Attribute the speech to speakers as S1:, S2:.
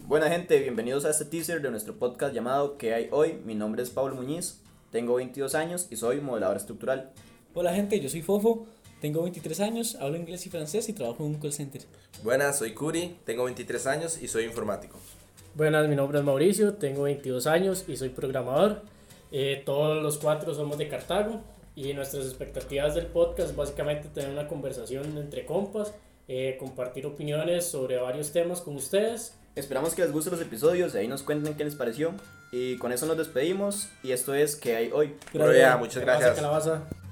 S1: Buena gente, bienvenidos a este teaser de nuestro podcast llamado ¿Qué hay hoy? Mi nombre es Pablo Muñiz, tengo 22 años y soy modelador estructural.
S2: Hola gente, yo soy Fofo, tengo 23 años, hablo inglés y francés y trabajo en un call center.
S3: Buenas, soy Curi, tengo 23 años y soy informático.
S4: Buenas, mi nombre es Mauricio, tengo 22 años y soy programador. Eh, todos los cuatro somos de Cartago y nuestras expectativas del podcast básicamente tener una conversación entre compas, eh, compartir opiniones sobre varios temas con ustedes.
S1: Esperamos que les gusten los episodios y ahí nos cuenten qué les pareció. Y con eso nos despedimos y esto es ¿Qué hay hoy?
S3: Pero ya, muchas
S4: Calabaza,
S3: gracias.
S4: calabaza.